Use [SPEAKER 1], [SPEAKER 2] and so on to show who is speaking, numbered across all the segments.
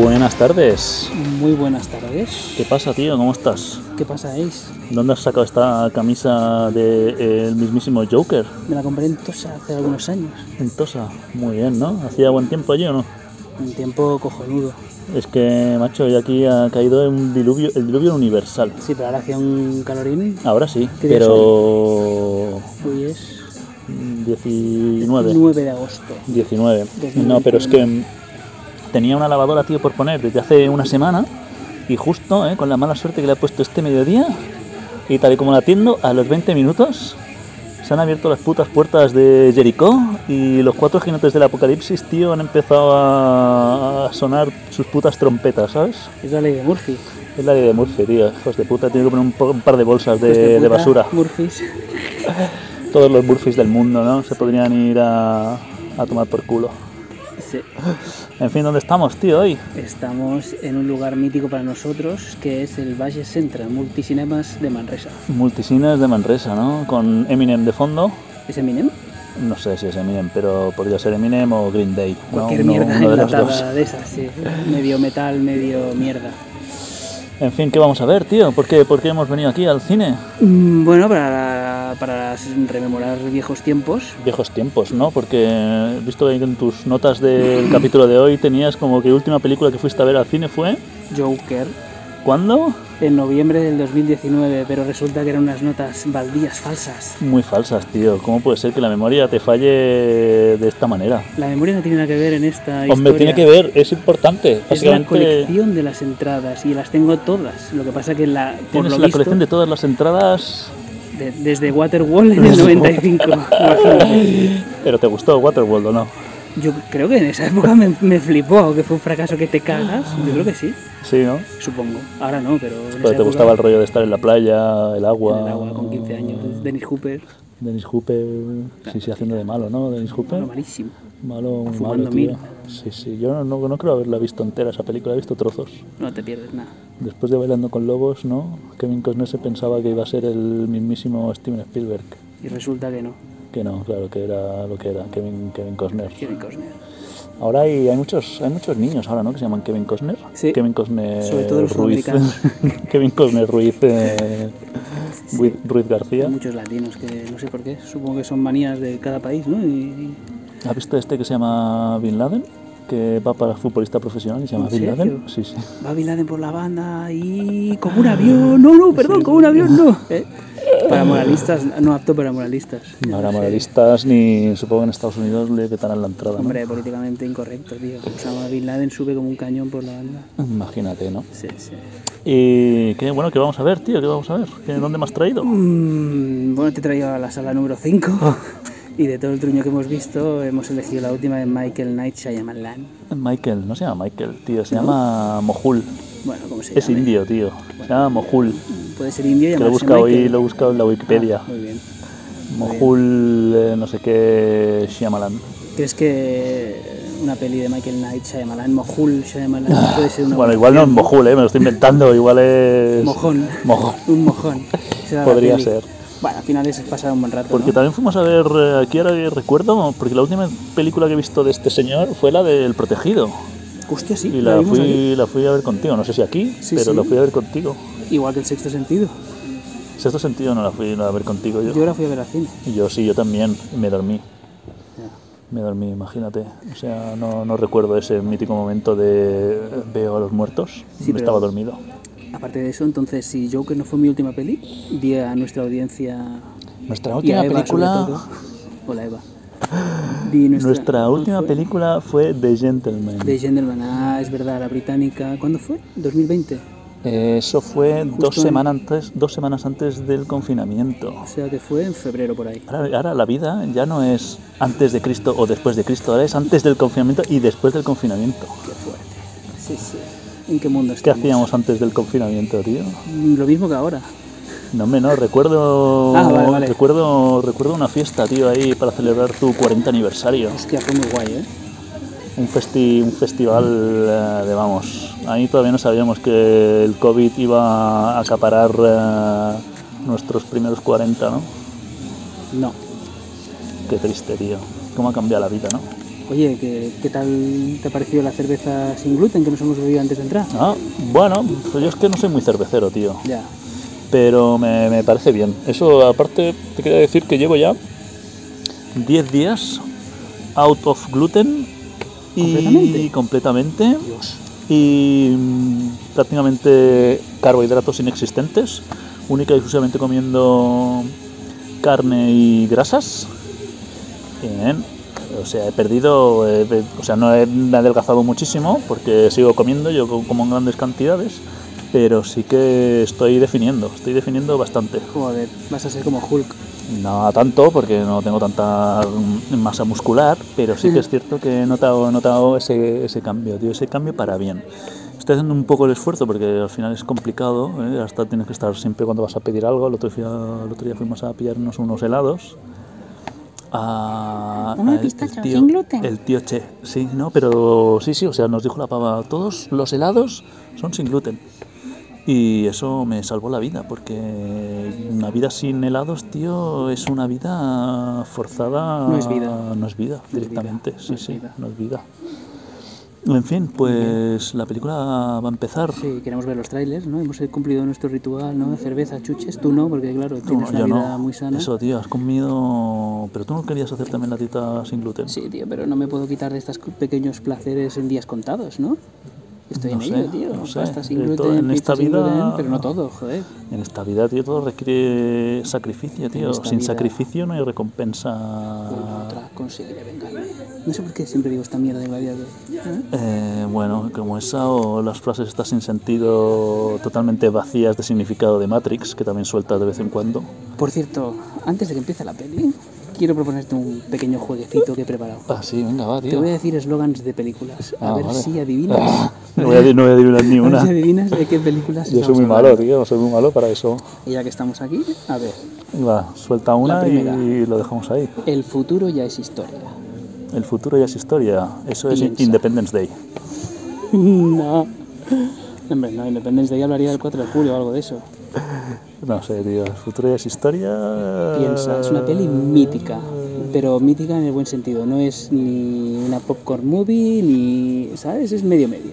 [SPEAKER 1] Buenas tardes.
[SPEAKER 2] Muy buenas tardes.
[SPEAKER 1] ¿Qué pasa, tío? ¿Cómo estás?
[SPEAKER 2] ¿Qué pasa, Ace?
[SPEAKER 1] ¿Dónde has sacado esta camisa del mismísimo Joker?
[SPEAKER 2] Me la compré en Tosa hace algunos años.
[SPEAKER 1] En Tosa. Muy bien, ¿no? ¿Hacía buen tiempo allí o no?
[SPEAKER 2] Un tiempo cojonudo.
[SPEAKER 1] Es que, macho, hoy aquí ha caído un diluvio, el diluvio universal.
[SPEAKER 2] Sí, pero ahora hacía un calorín.
[SPEAKER 1] Ahora sí,
[SPEAKER 2] ¿Qué día
[SPEAKER 1] pero...
[SPEAKER 2] Hoy es
[SPEAKER 1] 19.
[SPEAKER 2] 9 de agosto.
[SPEAKER 1] 19. No, pero es que mm, tenía una lavadora, tío, por poner desde hace una semana y justo, eh, con la mala suerte que le he puesto este mediodía y tal y como la atiendo, a los 20 minutos se han abierto las putas puertas de Jericó y los cuatro jinetes del apocalipsis, tío, han empezado a a sonar sus putas trompetas, ¿sabes?
[SPEAKER 2] Es la ley de Murphy.
[SPEAKER 1] Es la ley de Murphy, tío. Hijos de puta, tiene que poner un, po- un par de bolsas de,
[SPEAKER 2] Hijos
[SPEAKER 1] de
[SPEAKER 2] puta,
[SPEAKER 1] basura.
[SPEAKER 2] Murphys.
[SPEAKER 1] Todos los Murphys del mundo, ¿no? Se podrían ir a, a tomar por culo.
[SPEAKER 2] Sí.
[SPEAKER 1] En fin, ¿dónde estamos, tío, hoy?
[SPEAKER 2] Estamos en un lugar mítico para nosotros que es el Valle Central Multicinemas de Manresa.
[SPEAKER 1] Multisines de Manresa, ¿no? Con Eminem de fondo.
[SPEAKER 2] ¿Es Eminem?
[SPEAKER 1] No sé si es Eminem, pero podría ser Eminem o Green Day. ¿no?
[SPEAKER 2] Cualquier
[SPEAKER 1] Uno-
[SPEAKER 2] mierda
[SPEAKER 1] uno de los dos.
[SPEAKER 2] enlatada de esas, sí. Medio metal, medio mierda.
[SPEAKER 1] En fin, ¿qué vamos a ver, tío? ¿Por qué, por qué hemos venido aquí al cine?
[SPEAKER 2] Mm, Bueno, para, para rememorar viejos tiempos,
[SPEAKER 1] Viejos tiempos, ¿no? Porque he visto que en tus notas del capítulo de hoy tenías como que última película que fuiste a ver al cine fue...
[SPEAKER 2] Joker,
[SPEAKER 1] ¿Cuándo?
[SPEAKER 2] en noviembre del 2019, pero resulta que eran unas notas baldías falsas.
[SPEAKER 1] Muy falsas, tío. ¿Cómo puede ser que la memoria te falle de esta manera?
[SPEAKER 2] La memoria no tiene nada que ver en esta
[SPEAKER 1] Hombre,
[SPEAKER 2] historia.
[SPEAKER 1] tiene que ver, es importante.
[SPEAKER 2] Es la
[SPEAKER 1] Básicamente,
[SPEAKER 2] colección de las entradas y las tengo todas. Lo que pasa que la, por
[SPEAKER 1] tienes
[SPEAKER 2] lo
[SPEAKER 1] la
[SPEAKER 2] visto,
[SPEAKER 1] colección de todas las entradas,
[SPEAKER 2] de- desde Waterworld en el 95. imagínate.
[SPEAKER 1] pero te gustó Waterworld o no.
[SPEAKER 2] Yo creo que en esa época me, me flipó, que fue un fracaso que te cagas. Yo creo que sí,
[SPEAKER 1] Sí, ¿no?
[SPEAKER 2] supongo. Ahora no, pero. en esa
[SPEAKER 1] Pero te
[SPEAKER 2] época-
[SPEAKER 1] gustaba el rollo de estar en la playa, el agua.
[SPEAKER 2] en el agua con 15 años. Dennis Hooper,
[SPEAKER 1] Dennis Hooper, sí, sí, haciendo de malo, ¿no? Dennis Hooper.
[SPEAKER 2] bueno, malísimo.
[SPEAKER 1] Malo, muy malo,
[SPEAKER 2] Fumando
[SPEAKER 1] tío.
[SPEAKER 2] mil.
[SPEAKER 1] Sí, sí, yo no, no, no creo haberla visto entera esa película, he visto trozos.
[SPEAKER 2] No te pierdes nada.
[SPEAKER 1] Después de Bailando con Lobos, ¿no? Kevin Costner se pensaba que iba a ser el mismísimo Steven Spielberg.
[SPEAKER 2] Y resulta que no.
[SPEAKER 1] Que no, claro, que era lo que era, Kevin, Kevin Costner.
[SPEAKER 2] Kevin Costner.
[SPEAKER 1] Ahora hay, hay muchos hay muchos niños ahora, ¿no? Que se llaman Kevin Costner.
[SPEAKER 2] Sí.
[SPEAKER 1] Kevin Costner
[SPEAKER 2] Sobre todo los
[SPEAKER 1] Ruiz.
[SPEAKER 2] sudamericanos.
[SPEAKER 1] Kevin Costner Ruiz, eh, Ruiz. Ruiz
[SPEAKER 2] Hay
[SPEAKER 1] García.
[SPEAKER 2] muchos latinos que no sé por qué. Supongo que son manías de cada país, ¿no? Y,
[SPEAKER 1] ¿Has visto este que se llama Bin Laden? Que va para futbolista profesional y se llama
[SPEAKER 2] ¿En
[SPEAKER 1] Bin Laden.
[SPEAKER 2] serio?
[SPEAKER 1] Sí, sí.
[SPEAKER 2] y va Bin Laden por la banda y como
[SPEAKER 1] Ah,
[SPEAKER 2] un avión. No, no, perdón, como un avión, no. ¿Eh? Para moralistas, no apto para moralistas.
[SPEAKER 1] No habrá moralistas ni supongo que en Estados Unidos le vetarán la entrada. ¿no?
[SPEAKER 2] Hombre, políticamente incorrecto, tío. Osama Bin Laden sube como un cañón por la banda.
[SPEAKER 1] Imagínate, ¿no?
[SPEAKER 2] Sí, sí.
[SPEAKER 1] Y qué bueno, ¿qué vamos a ver, tío? ¿Qué vamos a ver? ¿Qué- ¿Dónde me has traído?
[SPEAKER 2] Mm, bueno, te he traído a la sala número 5. Y de todo el truño que hemos visto, hemos elegido la última de Michael Knight Shyamalan.
[SPEAKER 1] Michael, no se llama Michael, tío, se llama Mohul.
[SPEAKER 2] Bueno, como se
[SPEAKER 1] Es
[SPEAKER 2] llame.
[SPEAKER 1] indio, tío. Se llama Mohul.
[SPEAKER 2] Puede ser indio y
[SPEAKER 1] Que lo he
[SPEAKER 2] llamarse
[SPEAKER 1] buscado
[SPEAKER 2] Michael.
[SPEAKER 1] hoy, lo he buscado en la Wikipedia.
[SPEAKER 2] Ah, muy bien.
[SPEAKER 1] Mohul, eh, no sé qué, Shyamalan.
[SPEAKER 2] ¿Crees que una peli de Michael Knight, Shyamalan, Mohul, Shyamalan, puede ser una
[SPEAKER 1] Ah, Bueno,
[SPEAKER 2] buena
[SPEAKER 1] igual no es
[SPEAKER 2] opción?
[SPEAKER 1] Mohul, eh, me lo estoy inventando, igual es...
[SPEAKER 2] Mojón.
[SPEAKER 1] Mojón.
[SPEAKER 2] Un mojón. Será la
[SPEAKER 1] Podría
[SPEAKER 2] peli.
[SPEAKER 1] ser.
[SPEAKER 2] Bueno, al final es pasar un buen rato,
[SPEAKER 1] Porque
[SPEAKER 2] ¿no?
[SPEAKER 1] también fuimos a ver, eh, aquí ahora que recuerdo, porque la última película que he visto de este señor fue la del Protegido.
[SPEAKER 2] Hostia, sí,
[SPEAKER 1] Y
[SPEAKER 2] la
[SPEAKER 1] la
[SPEAKER 2] vimos aquí.
[SPEAKER 1] fui, la fui a ver contigo, no sé si aquí,
[SPEAKER 2] Sí,
[SPEAKER 1] pero
[SPEAKER 2] sí.
[SPEAKER 1] la fui a ver contigo.
[SPEAKER 2] Igual que el sexto sentido.
[SPEAKER 1] Sexto sentido no la fui a ver contigo yo.
[SPEAKER 2] Yo la fui a ver al cine.
[SPEAKER 1] Y Yo sí, yo también, y me dormí.
[SPEAKER 2] Ya.
[SPEAKER 1] Me dormí, imagínate. O sea, no, no recuerdo ese mítico momento de eh, veo a los muertos.
[SPEAKER 2] Sí,
[SPEAKER 1] no
[SPEAKER 2] pero-
[SPEAKER 1] estaba dormido.
[SPEAKER 2] Aparte de eso, entonces, si Joker no fue mi última peli, di a nuestra audiencia
[SPEAKER 1] Nuestra
[SPEAKER 2] y
[SPEAKER 1] última
[SPEAKER 2] a Eva,
[SPEAKER 1] película.
[SPEAKER 2] sobre todo. Hola, Eva. Di
[SPEAKER 1] Nuestra
[SPEAKER 2] ¿cuál
[SPEAKER 1] última
[SPEAKER 2] fue?
[SPEAKER 1] película fue The Gentleman.
[SPEAKER 2] De Gentleman, ah, es verdad, la británica. ¿Cuándo fue? 2020.
[SPEAKER 1] Eh, Eso fue dos
[SPEAKER 2] en-
[SPEAKER 1] semanas, antes, dos semanas antes del confinamiento.
[SPEAKER 2] O sea que fue en febrero por ahí.
[SPEAKER 1] Ahora, ahora la vida ya no es antes de Cristo o después de Cristo, ahora es antes del confinamiento y después del confinamiento.
[SPEAKER 2] Qué fuerte. Sí, sí. ¿En qué mundo
[SPEAKER 1] ¿Qué
[SPEAKER 2] estamos?
[SPEAKER 1] hacíamos antes del confinamiento, tío?
[SPEAKER 2] Mm, Lo mismo que ahora.
[SPEAKER 1] No, hombre, no, recuerdo,
[SPEAKER 2] Ah, vale, vale.
[SPEAKER 1] recuerdo, recuerdo una fiesta, tío, ahí para celebrar tu 40 aniversario.
[SPEAKER 2] Hostia, fue muy guay, ¿eh?
[SPEAKER 1] Un, festi, un festival eh, de, vamos, ahí todavía no sabíamos que el COVID iba a acaparar eh, nuestros primeros 40, ¿no?
[SPEAKER 2] No.
[SPEAKER 1] Qué triste, tío. Cómo ha cambiado la vida, ¿no?
[SPEAKER 2] Oye, ¿qué, qué tal te ha parecido la cerveza sin gluten que nos hemos bebido antes de entrar?
[SPEAKER 1] Ah, bueno, pues yo es que no soy muy cervecero, tío.
[SPEAKER 2] Ya.
[SPEAKER 1] Pero me, me parece bien. Eso, aparte, te quería decir que llevo ya 10 días out of gluten. Y
[SPEAKER 2] ¿Completamente?
[SPEAKER 1] completamente.
[SPEAKER 2] Dios.
[SPEAKER 1] y mm, prácticamente carbohidratos inexistentes, única y exclusivamente comiendo carne y grasas. Bien, o sea, he perdido, eh, de- o sea, no he adelgazado muchísimo porque sigo comiendo, yo co- como en grandes cantidades, pero sí que estoy definiendo, estoy definiendo bastante.
[SPEAKER 2] Joder, vas a ser como Hulk.
[SPEAKER 1] No tanto, porque no tengo tanta mm, masa muscular, pero sí que es cierto que he notado, he notado ese, ese cambio, tío, ese cambio para bien. Estoy haciendo un poco el esfuerzo porque al final es complicado, ¿eh? hasta tienes que estar siempre cuando vas a pedir algo. El otro día, el otro día fuimos a pillarnos unos helados. A,
[SPEAKER 3] Uno de
[SPEAKER 1] al-
[SPEAKER 3] pistacho,
[SPEAKER 1] el tío-
[SPEAKER 3] sin gluten.
[SPEAKER 1] El tío Che, sí, no, pero sí, sí, o sea, nos dijo la pava, todos los helados son sin gluten. Y eso me salvó la vida, porque una vida sin helados, tío, es una vida forzada.
[SPEAKER 2] No es vida.
[SPEAKER 1] No es vida,
[SPEAKER 2] No es
[SPEAKER 1] directamente.
[SPEAKER 2] vida,
[SPEAKER 1] Sí,
[SPEAKER 2] no es
[SPEAKER 1] sí,
[SPEAKER 2] vida.
[SPEAKER 1] no es vida. En fin, pues la película va a empezar.
[SPEAKER 2] Sí, queremos ver los trailers, ¿no? Hemos cumplido nuestro ritual, ¿no? De cerveza, chuches. Tú no, porque claro,
[SPEAKER 1] Tú
[SPEAKER 2] tienes
[SPEAKER 1] no,
[SPEAKER 2] una
[SPEAKER 1] yo
[SPEAKER 2] vida
[SPEAKER 1] no.
[SPEAKER 2] muy sana.
[SPEAKER 1] Eso, tío, has comido. Pero tú no querías hacer también la dieta sin gluten.
[SPEAKER 2] Sí, tío, pero no me puedo quitar de estos pequeños placeres en días contados, ¿no? Estoy
[SPEAKER 1] No
[SPEAKER 2] en
[SPEAKER 1] sé,
[SPEAKER 2] ello, tío.
[SPEAKER 1] no sé.
[SPEAKER 2] Pasta sin
[SPEAKER 1] De
[SPEAKER 2] gluten,
[SPEAKER 1] todo- en
[SPEAKER 2] pizza
[SPEAKER 1] esta
[SPEAKER 2] sin
[SPEAKER 1] vida-
[SPEAKER 2] gluten, pero no todo, joder.
[SPEAKER 1] En esta vida, tío, todo requiere sacrificio, tío.
[SPEAKER 2] esta
[SPEAKER 1] Sin
[SPEAKER 2] vida-
[SPEAKER 1] sacrificio no hay recompensa.
[SPEAKER 2] Una, otra, conseguiré vengarme. No sé por qué siempre digo esta mierda de gladiador. ¿eh?
[SPEAKER 1] Eh, bueno, como esa o las frases estas sin sentido, totalmente vacías de significado de Matrix, que también suelta de vez en cuando.
[SPEAKER 2] Por cierto, antes de que empiece la peli, quiero proponerte un pequeño jueguecito que he preparado.
[SPEAKER 1] Ah, sí, venga, va,
[SPEAKER 2] Te voy a decir eslogans de películas. A
[SPEAKER 1] Ah,
[SPEAKER 2] ver
[SPEAKER 1] vale.
[SPEAKER 2] si adivinas.
[SPEAKER 1] no, voy a, di- no voy a adivinar ni
[SPEAKER 2] A ver
[SPEAKER 1] una.
[SPEAKER 2] si adivinas de qué películas
[SPEAKER 1] Yo soy
[SPEAKER 2] estamos
[SPEAKER 1] muy malo,
[SPEAKER 2] hablando.
[SPEAKER 1] tío, soy muy malo para eso.
[SPEAKER 2] Y ya que estamos aquí, a ver.
[SPEAKER 1] Va, suelta
[SPEAKER 2] La
[SPEAKER 1] una
[SPEAKER 2] primera.
[SPEAKER 1] y lo dejamos ahí.
[SPEAKER 2] El futuro ya es historia.
[SPEAKER 1] El futuro ya es historia. Eso es
[SPEAKER 2] Piensa.
[SPEAKER 1] Independence Day.
[SPEAKER 2] no. Hombre, no, Independence Day hablaría del 4 de julio o algo de eso.
[SPEAKER 1] No sé, tío, el futuro ya es historia.
[SPEAKER 2] Piensa, es una peli mítica, pero mítica en el buen sentido. No es ni una popcorn movie, ni. ¿Sabes? Es medio medio.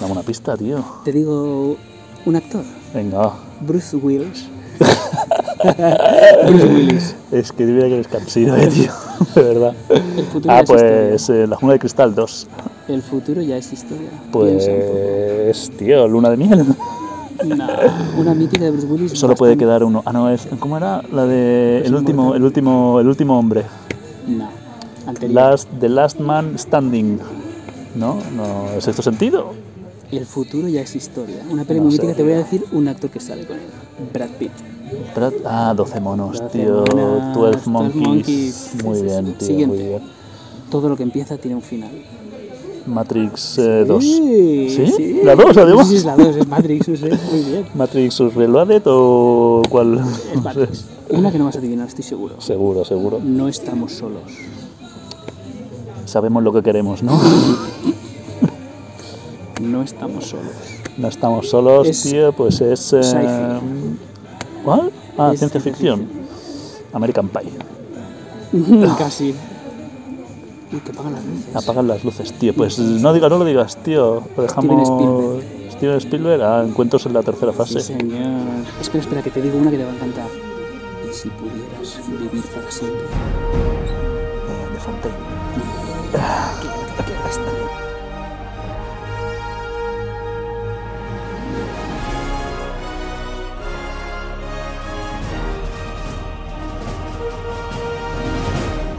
[SPEAKER 1] Dame una pista, tío.
[SPEAKER 2] Te digo, un actor,
[SPEAKER 1] Venga, va.
[SPEAKER 2] Bruce Willis. Bruce Willis.
[SPEAKER 1] Es que tuviera que descansar, eh, tío. De verdad.
[SPEAKER 2] El futuro
[SPEAKER 1] Ah,
[SPEAKER 2] ya es
[SPEAKER 1] pues eh, La Jungla de Cristal 2.
[SPEAKER 2] historia. El futuro ya es historia. Piensa un poco.
[SPEAKER 1] Pues, tío, luna de miel.
[SPEAKER 2] No, una mítica de Bruce Willis.
[SPEAKER 1] Solo puede
[SPEAKER 2] bastante-
[SPEAKER 1] quedar uno. Ah, no, es, ¿cómo era? La de
[SPEAKER 2] Pues Es
[SPEAKER 1] el último,
[SPEAKER 2] inmortal.
[SPEAKER 1] el último, el último hombre.
[SPEAKER 2] No, anterior.
[SPEAKER 1] Last, the Last Man Standing. ¿No? No, ¿el sexto sentido?
[SPEAKER 2] El futuro ya es historia. Una peli
[SPEAKER 1] No
[SPEAKER 2] muy
[SPEAKER 1] sé,
[SPEAKER 2] mítica, te voy a
[SPEAKER 1] tío.
[SPEAKER 2] decir un actor que sale con él. Brad Pitt.
[SPEAKER 1] Brad- Ah, 12 monos,
[SPEAKER 2] 12
[SPEAKER 1] tío.
[SPEAKER 2] monas,
[SPEAKER 1] 12
[SPEAKER 2] 12
[SPEAKER 1] monkeys.
[SPEAKER 2] monkeys.
[SPEAKER 1] Muy
[SPEAKER 2] Sí, sí,
[SPEAKER 1] bien,
[SPEAKER 2] sí.
[SPEAKER 1] tío,
[SPEAKER 2] Siguiente.
[SPEAKER 1] muy bien.
[SPEAKER 2] Todo lo que empieza tiene un final.
[SPEAKER 1] Matrix eh, 2.
[SPEAKER 2] Sí, sí.
[SPEAKER 1] ¿La 2
[SPEAKER 2] No
[SPEAKER 1] además?
[SPEAKER 2] sé si es la 2, es Matrix, no sé. Muy bien.
[SPEAKER 1] ¿Matrix Reloaded o cuál?
[SPEAKER 2] Es Matrix. Una que no vas a adivinar, estoy seguro.
[SPEAKER 1] Seguro, seguro.
[SPEAKER 2] No estamos solos.
[SPEAKER 1] Sabemos lo que queremos, ¿no?
[SPEAKER 2] No estamos solos.
[SPEAKER 1] No estamos solos,
[SPEAKER 2] Es
[SPEAKER 1] tío, pues es... eh,
[SPEAKER 2] sci-fi.
[SPEAKER 1] ¿Cuál? Ah,
[SPEAKER 2] Es
[SPEAKER 1] ciencia
[SPEAKER 2] ciencia
[SPEAKER 1] ficción. American Pie.
[SPEAKER 2] Casi. Uy, que pagan las luces.
[SPEAKER 1] Apagan las luces, tío. Pues no, diga, no lo digas, tío. Lo dejamos...
[SPEAKER 2] Spielberg.
[SPEAKER 1] Steven Spielberg, ah, encuentros en la tercera
[SPEAKER 2] Sí,
[SPEAKER 1] fase.
[SPEAKER 2] señor. Espera, espera, que te digo una que te va a encantar. Y si pudieras vivir para siempre.
[SPEAKER 1] Eh, de Fontaine.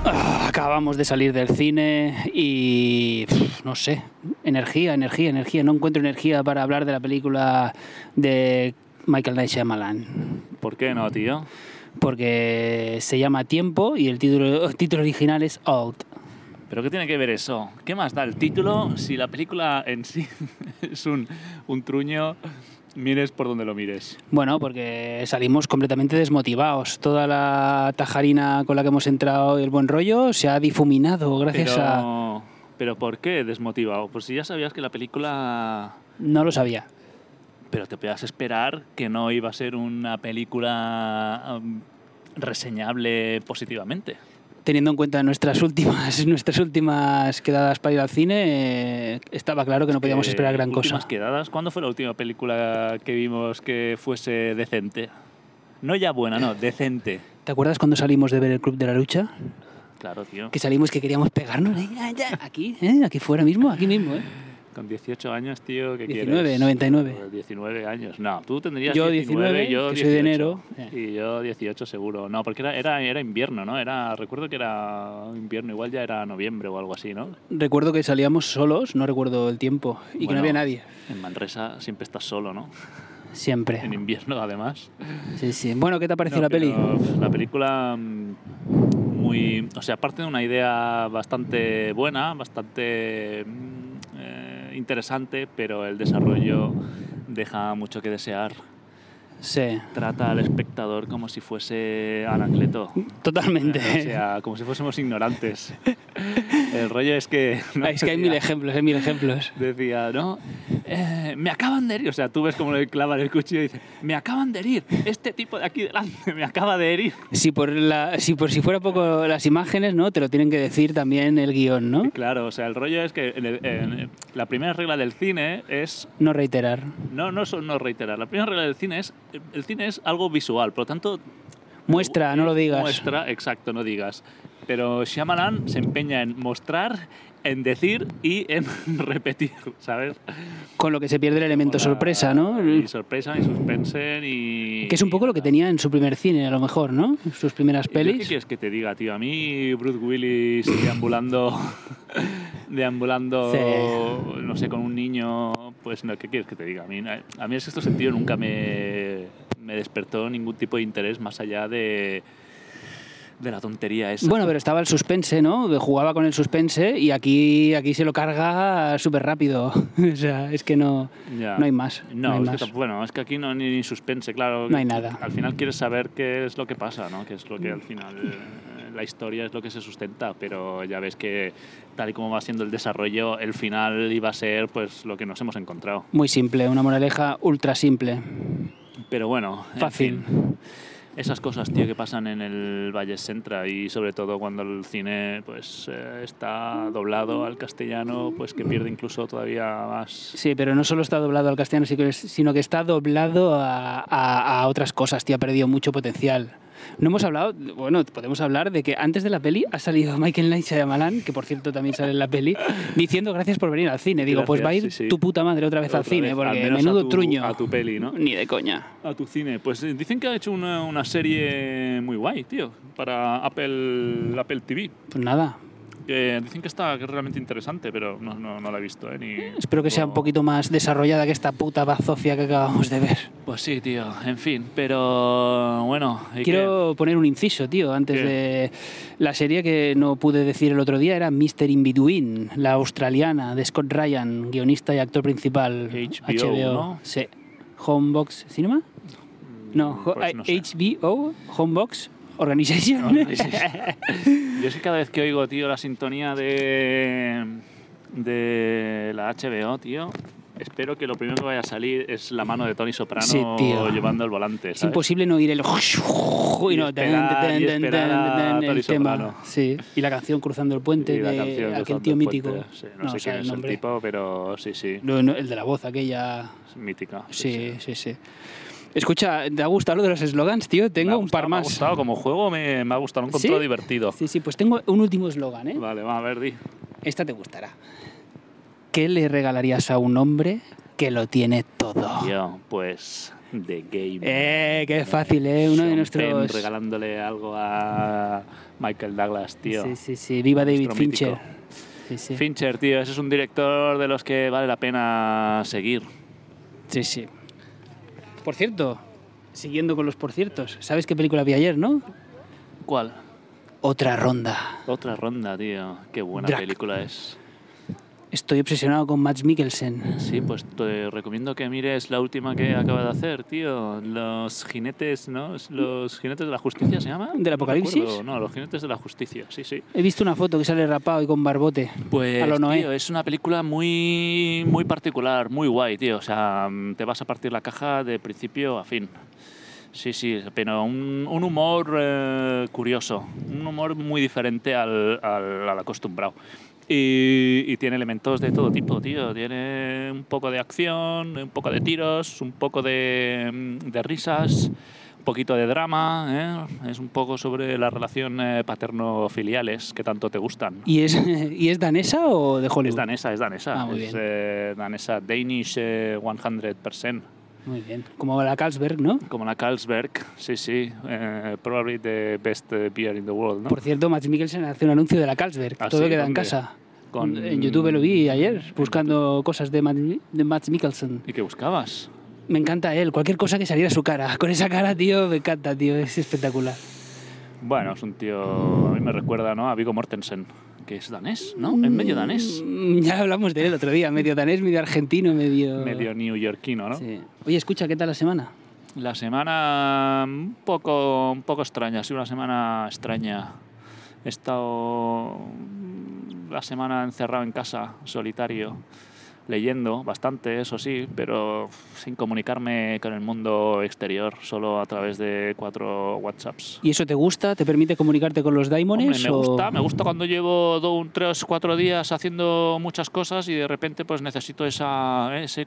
[SPEAKER 2] Acabamos de salir del cine y pf, no sé, energía, energía, energía. No encuentro energía para hablar de la película de Michael Knight Shyamalan.
[SPEAKER 1] ¿Por qué no, tío?
[SPEAKER 2] Porque se llama Tiempo y el título, el título original es Old.
[SPEAKER 4] ¿Pero qué tiene que ver eso? ¿Qué más da el título si la película en sí es un, un truño? Mires por donde lo mires.
[SPEAKER 2] Bueno, porque salimos completamente desmotivados. Toda la tajarina con la que hemos entrado y el buen rollo se ha difuminado gracias a...
[SPEAKER 4] Pero, pero ¿por qué desmotivado? Pues si ya sabías que la película...
[SPEAKER 2] No lo sabía.
[SPEAKER 4] Pero te podías esperar que no iba a ser una película um, reseñable positivamente.
[SPEAKER 2] teniendo en cuenta nuestras últimas, nuestras últimas quedadas para ir al cine, eh, estaba claro que no podíamos
[SPEAKER 4] Eh,
[SPEAKER 2] esperar gran cosa.
[SPEAKER 4] últimas quedadas. ¿Cuándo fue la última película que vimos que fuese decente? No ya buena, no, decente.
[SPEAKER 2] ¿Te acuerdas cuando salimos de ver el Club de la Lucha?
[SPEAKER 4] Claro, tío.
[SPEAKER 2] Que salimos que queríamos pegarnos. eh, ya, ya, Aquí, eh, aquí fuera mismo, aquí mismo. eh.
[SPEAKER 4] Con 18 años, tío, ¿qué
[SPEAKER 2] 19,
[SPEAKER 4] quieres?
[SPEAKER 2] 99.
[SPEAKER 4] Joder, 19 años. No, tú tendrías
[SPEAKER 2] Yo
[SPEAKER 4] 19,
[SPEAKER 2] 19,
[SPEAKER 4] yo
[SPEAKER 2] que soy de enero. eh.
[SPEAKER 4] Y yo 18 seguro. No, porque era, era, era invierno, ¿no? Era, recuerdo que era invierno, igual ya era noviembre o algo así, ¿no?
[SPEAKER 2] Recuerdo que salíamos solos, no recuerdo el tiempo, y que no
[SPEAKER 4] Bueno.
[SPEAKER 2] había nadie.
[SPEAKER 4] En Manresa siempre estás solo, ¿no?
[SPEAKER 2] Siempre.
[SPEAKER 4] En invierno, además.
[SPEAKER 2] Sí, sí. Bueno, ¿qué te parece
[SPEAKER 4] No,
[SPEAKER 2] la peli?
[SPEAKER 4] pero, pf, La película mm, muy... O sea, parte de una idea bastante buena, bastante mm, eh, interesante, pero el desarrollo deja mucho que desear.
[SPEAKER 2] Sí,
[SPEAKER 4] Trata al espectador como si fuese Anacleto.
[SPEAKER 2] totalmente.
[SPEAKER 4] O sea, como si fuésemos ignorantes. El rollo es que... ¿no?
[SPEAKER 2] es que hay
[SPEAKER 4] Decía-
[SPEAKER 2] mil ejemplos, hay mil ejemplos.
[SPEAKER 4] Decía, ¿no? Eh, me acaban de herir. O sea, tú ves cómo le clavan el cuchillo y dice, me acaban de herir. Este tipo de aquí delante me acaba de herir.
[SPEAKER 2] Si por, la, si por si fuera poco las imágenes, ¿no? Te lo tienen que decir también el guión, ¿no?
[SPEAKER 4] Claro, o sea, el rollo es que en el- en- la primera regla del cine es
[SPEAKER 2] No reiterar.
[SPEAKER 4] no, no, so- no reiterar. La primera regla del cine es el cine es algo visual, por lo tanto
[SPEAKER 2] Muestra, no lo digas.
[SPEAKER 4] muestra, exacto, no digas. Pero Shyamalan se empeña en mostrar, en decir y en repetir, ¿sabes?
[SPEAKER 2] Con lo que se pierde el elemento
[SPEAKER 4] Mola-
[SPEAKER 2] sorpresa, ¿no?
[SPEAKER 4] Y sorpresa y suspense y
[SPEAKER 2] Que es un poco lo que tenía en su primer cine, a lo mejor, ¿no? Sus primeras
[SPEAKER 4] ¿Yo ¿Qué
[SPEAKER 2] pelis.
[SPEAKER 4] quieres que te diga, tío? A mí Bruce Willis deambulando, deambulando,
[SPEAKER 2] Sí.
[SPEAKER 4] no sé, con un niño, pues no, ¿qué quieres que te diga? A mí, a mí en sexto sentido nunca me, me despertó ningún tipo de interés más allá de, de la tontería esa.
[SPEAKER 2] Bueno, pero estaba el suspense, ¿no? Que jugaba con el suspense y aquí, aquí se lo carga súper rápido. o sea, es que no,
[SPEAKER 4] Ya.
[SPEAKER 2] no hay más.
[SPEAKER 4] No,
[SPEAKER 2] hay
[SPEAKER 4] es
[SPEAKER 2] más.
[SPEAKER 4] que, tampoco- bueno, es que aquí no ni, ni suspense, claro.
[SPEAKER 2] No hay nada.
[SPEAKER 4] Al final quieres saber qué es lo que pasa, ¿no? Que es lo que al final eh, la historia es lo que se sustenta, pero ya ves que tal y como va siendo el desarrollo, el final iba a ser pues lo que nos hemos encontrado.
[SPEAKER 2] Muy simple, una moraleja ultra simple.
[SPEAKER 4] Pero bueno, en
[SPEAKER 2] Fácil.
[SPEAKER 4] fin, esas cosas, tío, que pasan en el Valle Centra y sobre todo cuando el cine pues eh, está doblado al castellano, pues que pierde incluso todavía más
[SPEAKER 2] Sí, pero no solo está doblado al castellano, sí que es- sino que está doblado a, a- a otras cosas, tío. Ha perdido mucho potencial. No hemos hablado, bueno, podemos hablar de que antes de la peli ha salido Michael Knight Shyamalan, que por cierto también sale en la peli, diciendo gracias por venir al cine. Digo, pues va a ir
[SPEAKER 4] Gracias, sí, sí.
[SPEAKER 2] tu puta madre otra vez al
[SPEAKER 4] Otra
[SPEAKER 2] cine,
[SPEAKER 4] vez, al
[SPEAKER 2] porque
[SPEAKER 4] menos
[SPEAKER 2] menudo
[SPEAKER 4] a tu-
[SPEAKER 2] truño.
[SPEAKER 4] a tu peli, ¿no?
[SPEAKER 2] Ni de coña.
[SPEAKER 4] A tu cine. Pues eh, dicen que ha hecho una, una serie muy guay, tío, para Apple, Apple TV.
[SPEAKER 2] Pues nada,
[SPEAKER 4] Que dicen que está que es realmente interesante, pero no, no, no la he visto, ¿eh? Ni,
[SPEAKER 2] espero que sea un poquito más desarrollada que esta puta bazofia que acabamos de ver.
[SPEAKER 4] Pues sí, tío, en fin, pero bueno. ¿y
[SPEAKER 2] Quiero poner un inciso, tío, antes
[SPEAKER 4] ¿Qué?
[SPEAKER 2] de la serie que no pude decir el otro día, era Mr. In Between, la australiana de Scott Ryan, guionista y actor principal.
[SPEAKER 4] HBO, ¿no?
[SPEAKER 2] Sí. Homebox Cinema?
[SPEAKER 4] qué?
[SPEAKER 2] No,
[SPEAKER 4] Mm,
[SPEAKER 2] jo-
[SPEAKER 4] pues no sé.
[SPEAKER 2] HBO, Homebox Organization.
[SPEAKER 4] Yo es que cada vez que oigo, tío, la sintonía de, de la HBO, tío, espero que lo primero que vaya a salir es la mano de Tony Soprano
[SPEAKER 2] Sí, tío.
[SPEAKER 4] llevando el volante.
[SPEAKER 2] es
[SPEAKER 4] ¿sabes?
[SPEAKER 2] imposible no oír el... y no, tan,
[SPEAKER 4] esperar-
[SPEAKER 2] tan,
[SPEAKER 4] y
[SPEAKER 2] tan,
[SPEAKER 4] esperar a
[SPEAKER 2] tan, tan,
[SPEAKER 4] Tony
[SPEAKER 2] el tema.
[SPEAKER 4] Soprano.
[SPEAKER 2] Sí. Y la canción Cruzando el Puente
[SPEAKER 4] Sí, la
[SPEAKER 2] de
[SPEAKER 4] canción que
[SPEAKER 2] aquel
[SPEAKER 4] son
[SPEAKER 2] tío
[SPEAKER 4] del
[SPEAKER 2] mítico.
[SPEAKER 4] puente. Sí, no,
[SPEAKER 2] sabe
[SPEAKER 4] sé quién
[SPEAKER 2] el
[SPEAKER 4] es el
[SPEAKER 2] nombre.
[SPEAKER 4] tipo, pero sí, sí,
[SPEAKER 2] No, no, el de la voz, aquella...
[SPEAKER 4] es mítica.
[SPEAKER 2] Sí, sí, sí. Escucha, ¿te ha gustado lo de los eslogans, tío? Tengo
[SPEAKER 4] Me ha
[SPEAKER 2] un par
[SPEAKER 4] gustado, Me ha
[SPEAKER 2] más.
[SPEAKER 4] gustado como juego, me, me ha gustado, lo he encontrado
[SPEAKER 2] ¿Sí?
[SPEAKER 4] divertido.
[SPEAKER 2] Sí, sí, pues tengo un último eslogan, ¿eh?
[SPEAKER 4] Vale, va, a ver, di.
[SPEAKER 2] Esta te gustará. ¿Qué le regalarías a un hombre que lo tiene todo?
[SPEAKER 4] Tío, pues The Game.
[SPEAKER 2] Eh, qué fácil, ¿eh? Uno de
[SPEAKER 4] Sean
[SPEAKER 2] nuestros...
[SPEAKER 4] Penn regalándole algo a Michael Douglas, tío.
[SPEAKER 2] Sí, sí, sí. Viva David
[SPEAKER 4] Nuestro
[SPEAKER 2] Fincher.
[SPEAKER 4] mítico.
[SPEAKER 2] Sí, sí.
[SPEAKER 4] Fincher, tío, ese es un director de los que vale la pena seguir.
[SPEAKER 2] sí, sí. Por cierto, siguiendo con los por ciertos, ¿sabes qué película vi ayer, no?
[SPEAKER 4] ¿Cuál?
[SPEAKER 2] Otra ronda.
[SPEAKER 4] Otra ronda, tío. Qué buena
[SPEAKER 2] Drac.
[SPEAKER 4] película es.
[SPEAKER 2] Estoy obsesionado con Max Mikkelsen.
[SPEAKER 4] Sí, pues te recomiendo que mires la última que acaba de hacer, tío. Los jinetes, ¿no? ¿Los jinetes de la justicia se llama?
[SPEAKER 2] ¿Del
[SPEAKER 4] No
[SPEAKER 2] apocalipsis?
[SPEAKER 4] recuerdo. No, los jinetes de la justicia, sí, sí.
[SPEAKER 2] He visto una foto que sale rapado y con barbote.
[SPEAKER 4] Pues,
[SPEAKER 2] A lo Noé.
[SPEAKER 4] tío, es una película muy, muy particular, muy guay, tío. O sea, mm, te vas a partir la caja de principio a fin. Sí, sí, pero un, un humor eh, curioso, un humor muy diferente al, al, al acostumbrado. Y, y tiene elementos de todo tipo, tío. Tiene un poco de acción, un poco de tiros, un poco de, mm, de risas, un poquito de drama. ¿eh? Es un poco sobre la relación eh, paterno-filiales que tanto te gustan.
[SPEAKER 2] ¿Y es, ¿Y es danesa o de Hollywood?
[SPEAKER 4] Es danesa, es danesa.
[SPEAKER 2] Ah, muy
[SPEAKER 4] es
[SPEAKER 2] bien.
[SPEAKER 4] eh, danesa, Danish eh, 100%.
[SPEAKER 2] Muy bien. Como la Carlsberg, ¿no?
[SPEAKER 4] Como la Carlsberg, sí, sí. eh, probably the best eh, beer in the world, ¿no?
[SPEAKER 2] Por cierto, Max Mikkelsen hace un anuncio de la Carlsberg.
[SPEAKER 4] Ah,
[SPEAKER 2] todo
[SPEAKER 4] sí,
[SPEAKER 2] queda en
[SPEAKER 4] ¿dónde?
[SPEAKER 2] casa.
[SPEAKER 4] Con-
[SPEAKER 2] En YouTube lo vi ayer, buscando cosas de Matt, de Matt Mikkelsen.
[SPEAKER 4] ¿Y qué buscabas?
[SPEAKER 2] Me encanta él, cualquier cosa que saliera su cara. Con esa cara, tío, me encanta, tío, es espectacular.
[SPEAKER 4] Bueno, es un tío, a mí me recuerda, ¿no? A Vigo Mortensen, que es danés, ¿no? Es medio danés,
[SPEAKER 2] Mm, Ya hablamos de él el otro día, medio danés, medio argentino, medio...
[SPEAKER 4] medio neoyorquino, ¿no?
[SPEAKER 2] Mm. Sí. Oye, escucha, ¿qué tal la semana?
[SPEAKER 4] La semana un poco, un poco extraña, ha sido una semana extraña. He estado la semana encerrado en casa, solitario, leyendo bastante, eso sí, pero sin comunicarme con el mundo exterior, solo a través de cuatro WhatsApps.
[SPEAKER 2] ¿Y eso te gusta? ¿Te permite comunicarte con los daimones?
[SPEAKER 4] Hombre, me
[SPEAKER 2] o-
[SPEAKER 4] gusta, me gusta cuando llevo do- un tres, cuatro días haciendo muchas cosas y de repente pues necesito esa, ese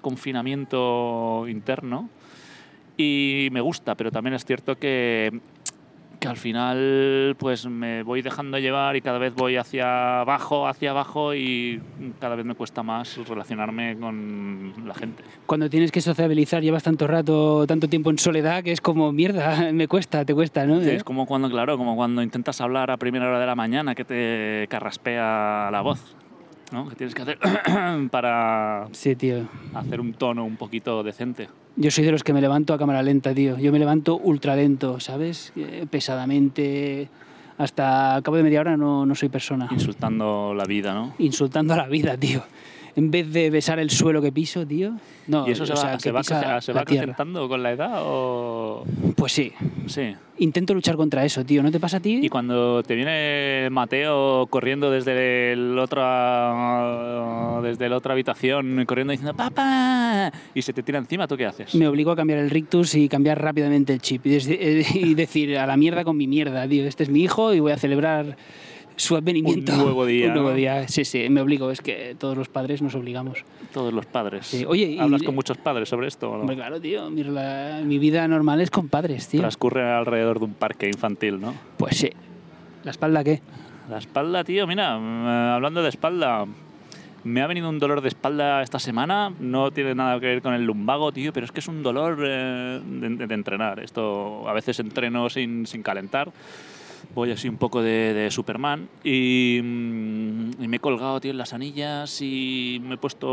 [SPEAKER 4] confinamiento interno y me gusta, pero también es cierto que, que al final pues me voy dejando llevar y cada vez voy hacia abajo, hacia abajo y cada vez me cuesta más relacionarme con la gente.
[SPEAKER 2] Cuando tienes que sociabilizar, llevas tanto rato, tanto tiempo en soledad, que es como, mierda, me cuesta, te cuesta, ¿no?
[SPEAKER 4] Sí, Es como cuando, claro, como cuando intentas hablar a primera hora de la mañana que te carraspea la voz, ¿no? Que tienes que hacer para
[SPEAKER 2] Sí, tío.
[SPEAKER 4] hacer un tono un poquito decente.
[SPEAKER 2] Yo soy de los que me levanto a cámara lenta, tío. Yo me levanto ultra lento, ¿sabes? Eh, Pesadamente. Hasta al cabo de media hora no, no soy persona.
[SPEAKER 4] Insultando la vida, ¿no?
[SPEAKER 2] Insultando a la vida, tío. En vez de besar el suelo que piso, tío. No,
[SPEAKER 4] ¿Y eso se
[SPEAKER 2] o sea,
[SPEAKER 4] va,
[SPEAKER 2] que
[SPEAKER 4] se va,
[SPEAKER 2] pisa
[SPEAKER 4] acrece- se va
[SPEAKER 2] la tierra.
[SPEAKER 4] acrecentando con la edad o...?
[SPEAKER 2] Pues sí.
[SPEAKER 4] Sí.
[SPEAKER 2] Intento luchar contra eso, tío. ¿No te pasa a ti?
[SPEAKER 4] Y cuando te viene Mateo corriendo desde el otra desde la otra habitación, corriendo diciendo ¡Papá! Y se te tira encima, ¿tú qué haces?
[SPEAKER 2] Me obligo a cambiar el rictus y cambiar rápidamente el chip. Y, des- eh, y decir, a la mierda con mi mierda, tío. Este es mi hijo y voy a celebrar su advenimiento.
[SPEAKER 4] Un nuevo día,
[SPEAKER 2] Un nuevo
[SPEAKER 4] ¿no?
[SPEAKER 2] día. Sí, sí, me obligo. Es que todos los padres nos obligamos.
[SPEAKER 4] Todos los padres.
[SPEAKER 2] Sí, oye, y-
[SPEAKER 4] ¿Hablas con muchos padres sobre esto? o no?
[SPEAKER 2] Hombre, claro, tío. Mi, rela- mi vida normal es con padres, tío.
[SPEAKER 4] Transcurre alrededor de un parque infantil, ¿no?
[SPEAKER 2] Pues sí. ¿La espalda qué?
[SPEAKER 4] La espalda, tío, mira, mm, eh, hablando de espalda, me ha venido un dolor de espalda esta semana, no tiene nada que ver con el lumbago, tío, pero es que es un dolor eh, de, de entrenar. Esto a veces entreno sin, sin calentar, voy así un poco de, de Superman y, mm, y me he colgado, tío, en las anillas y me he puesto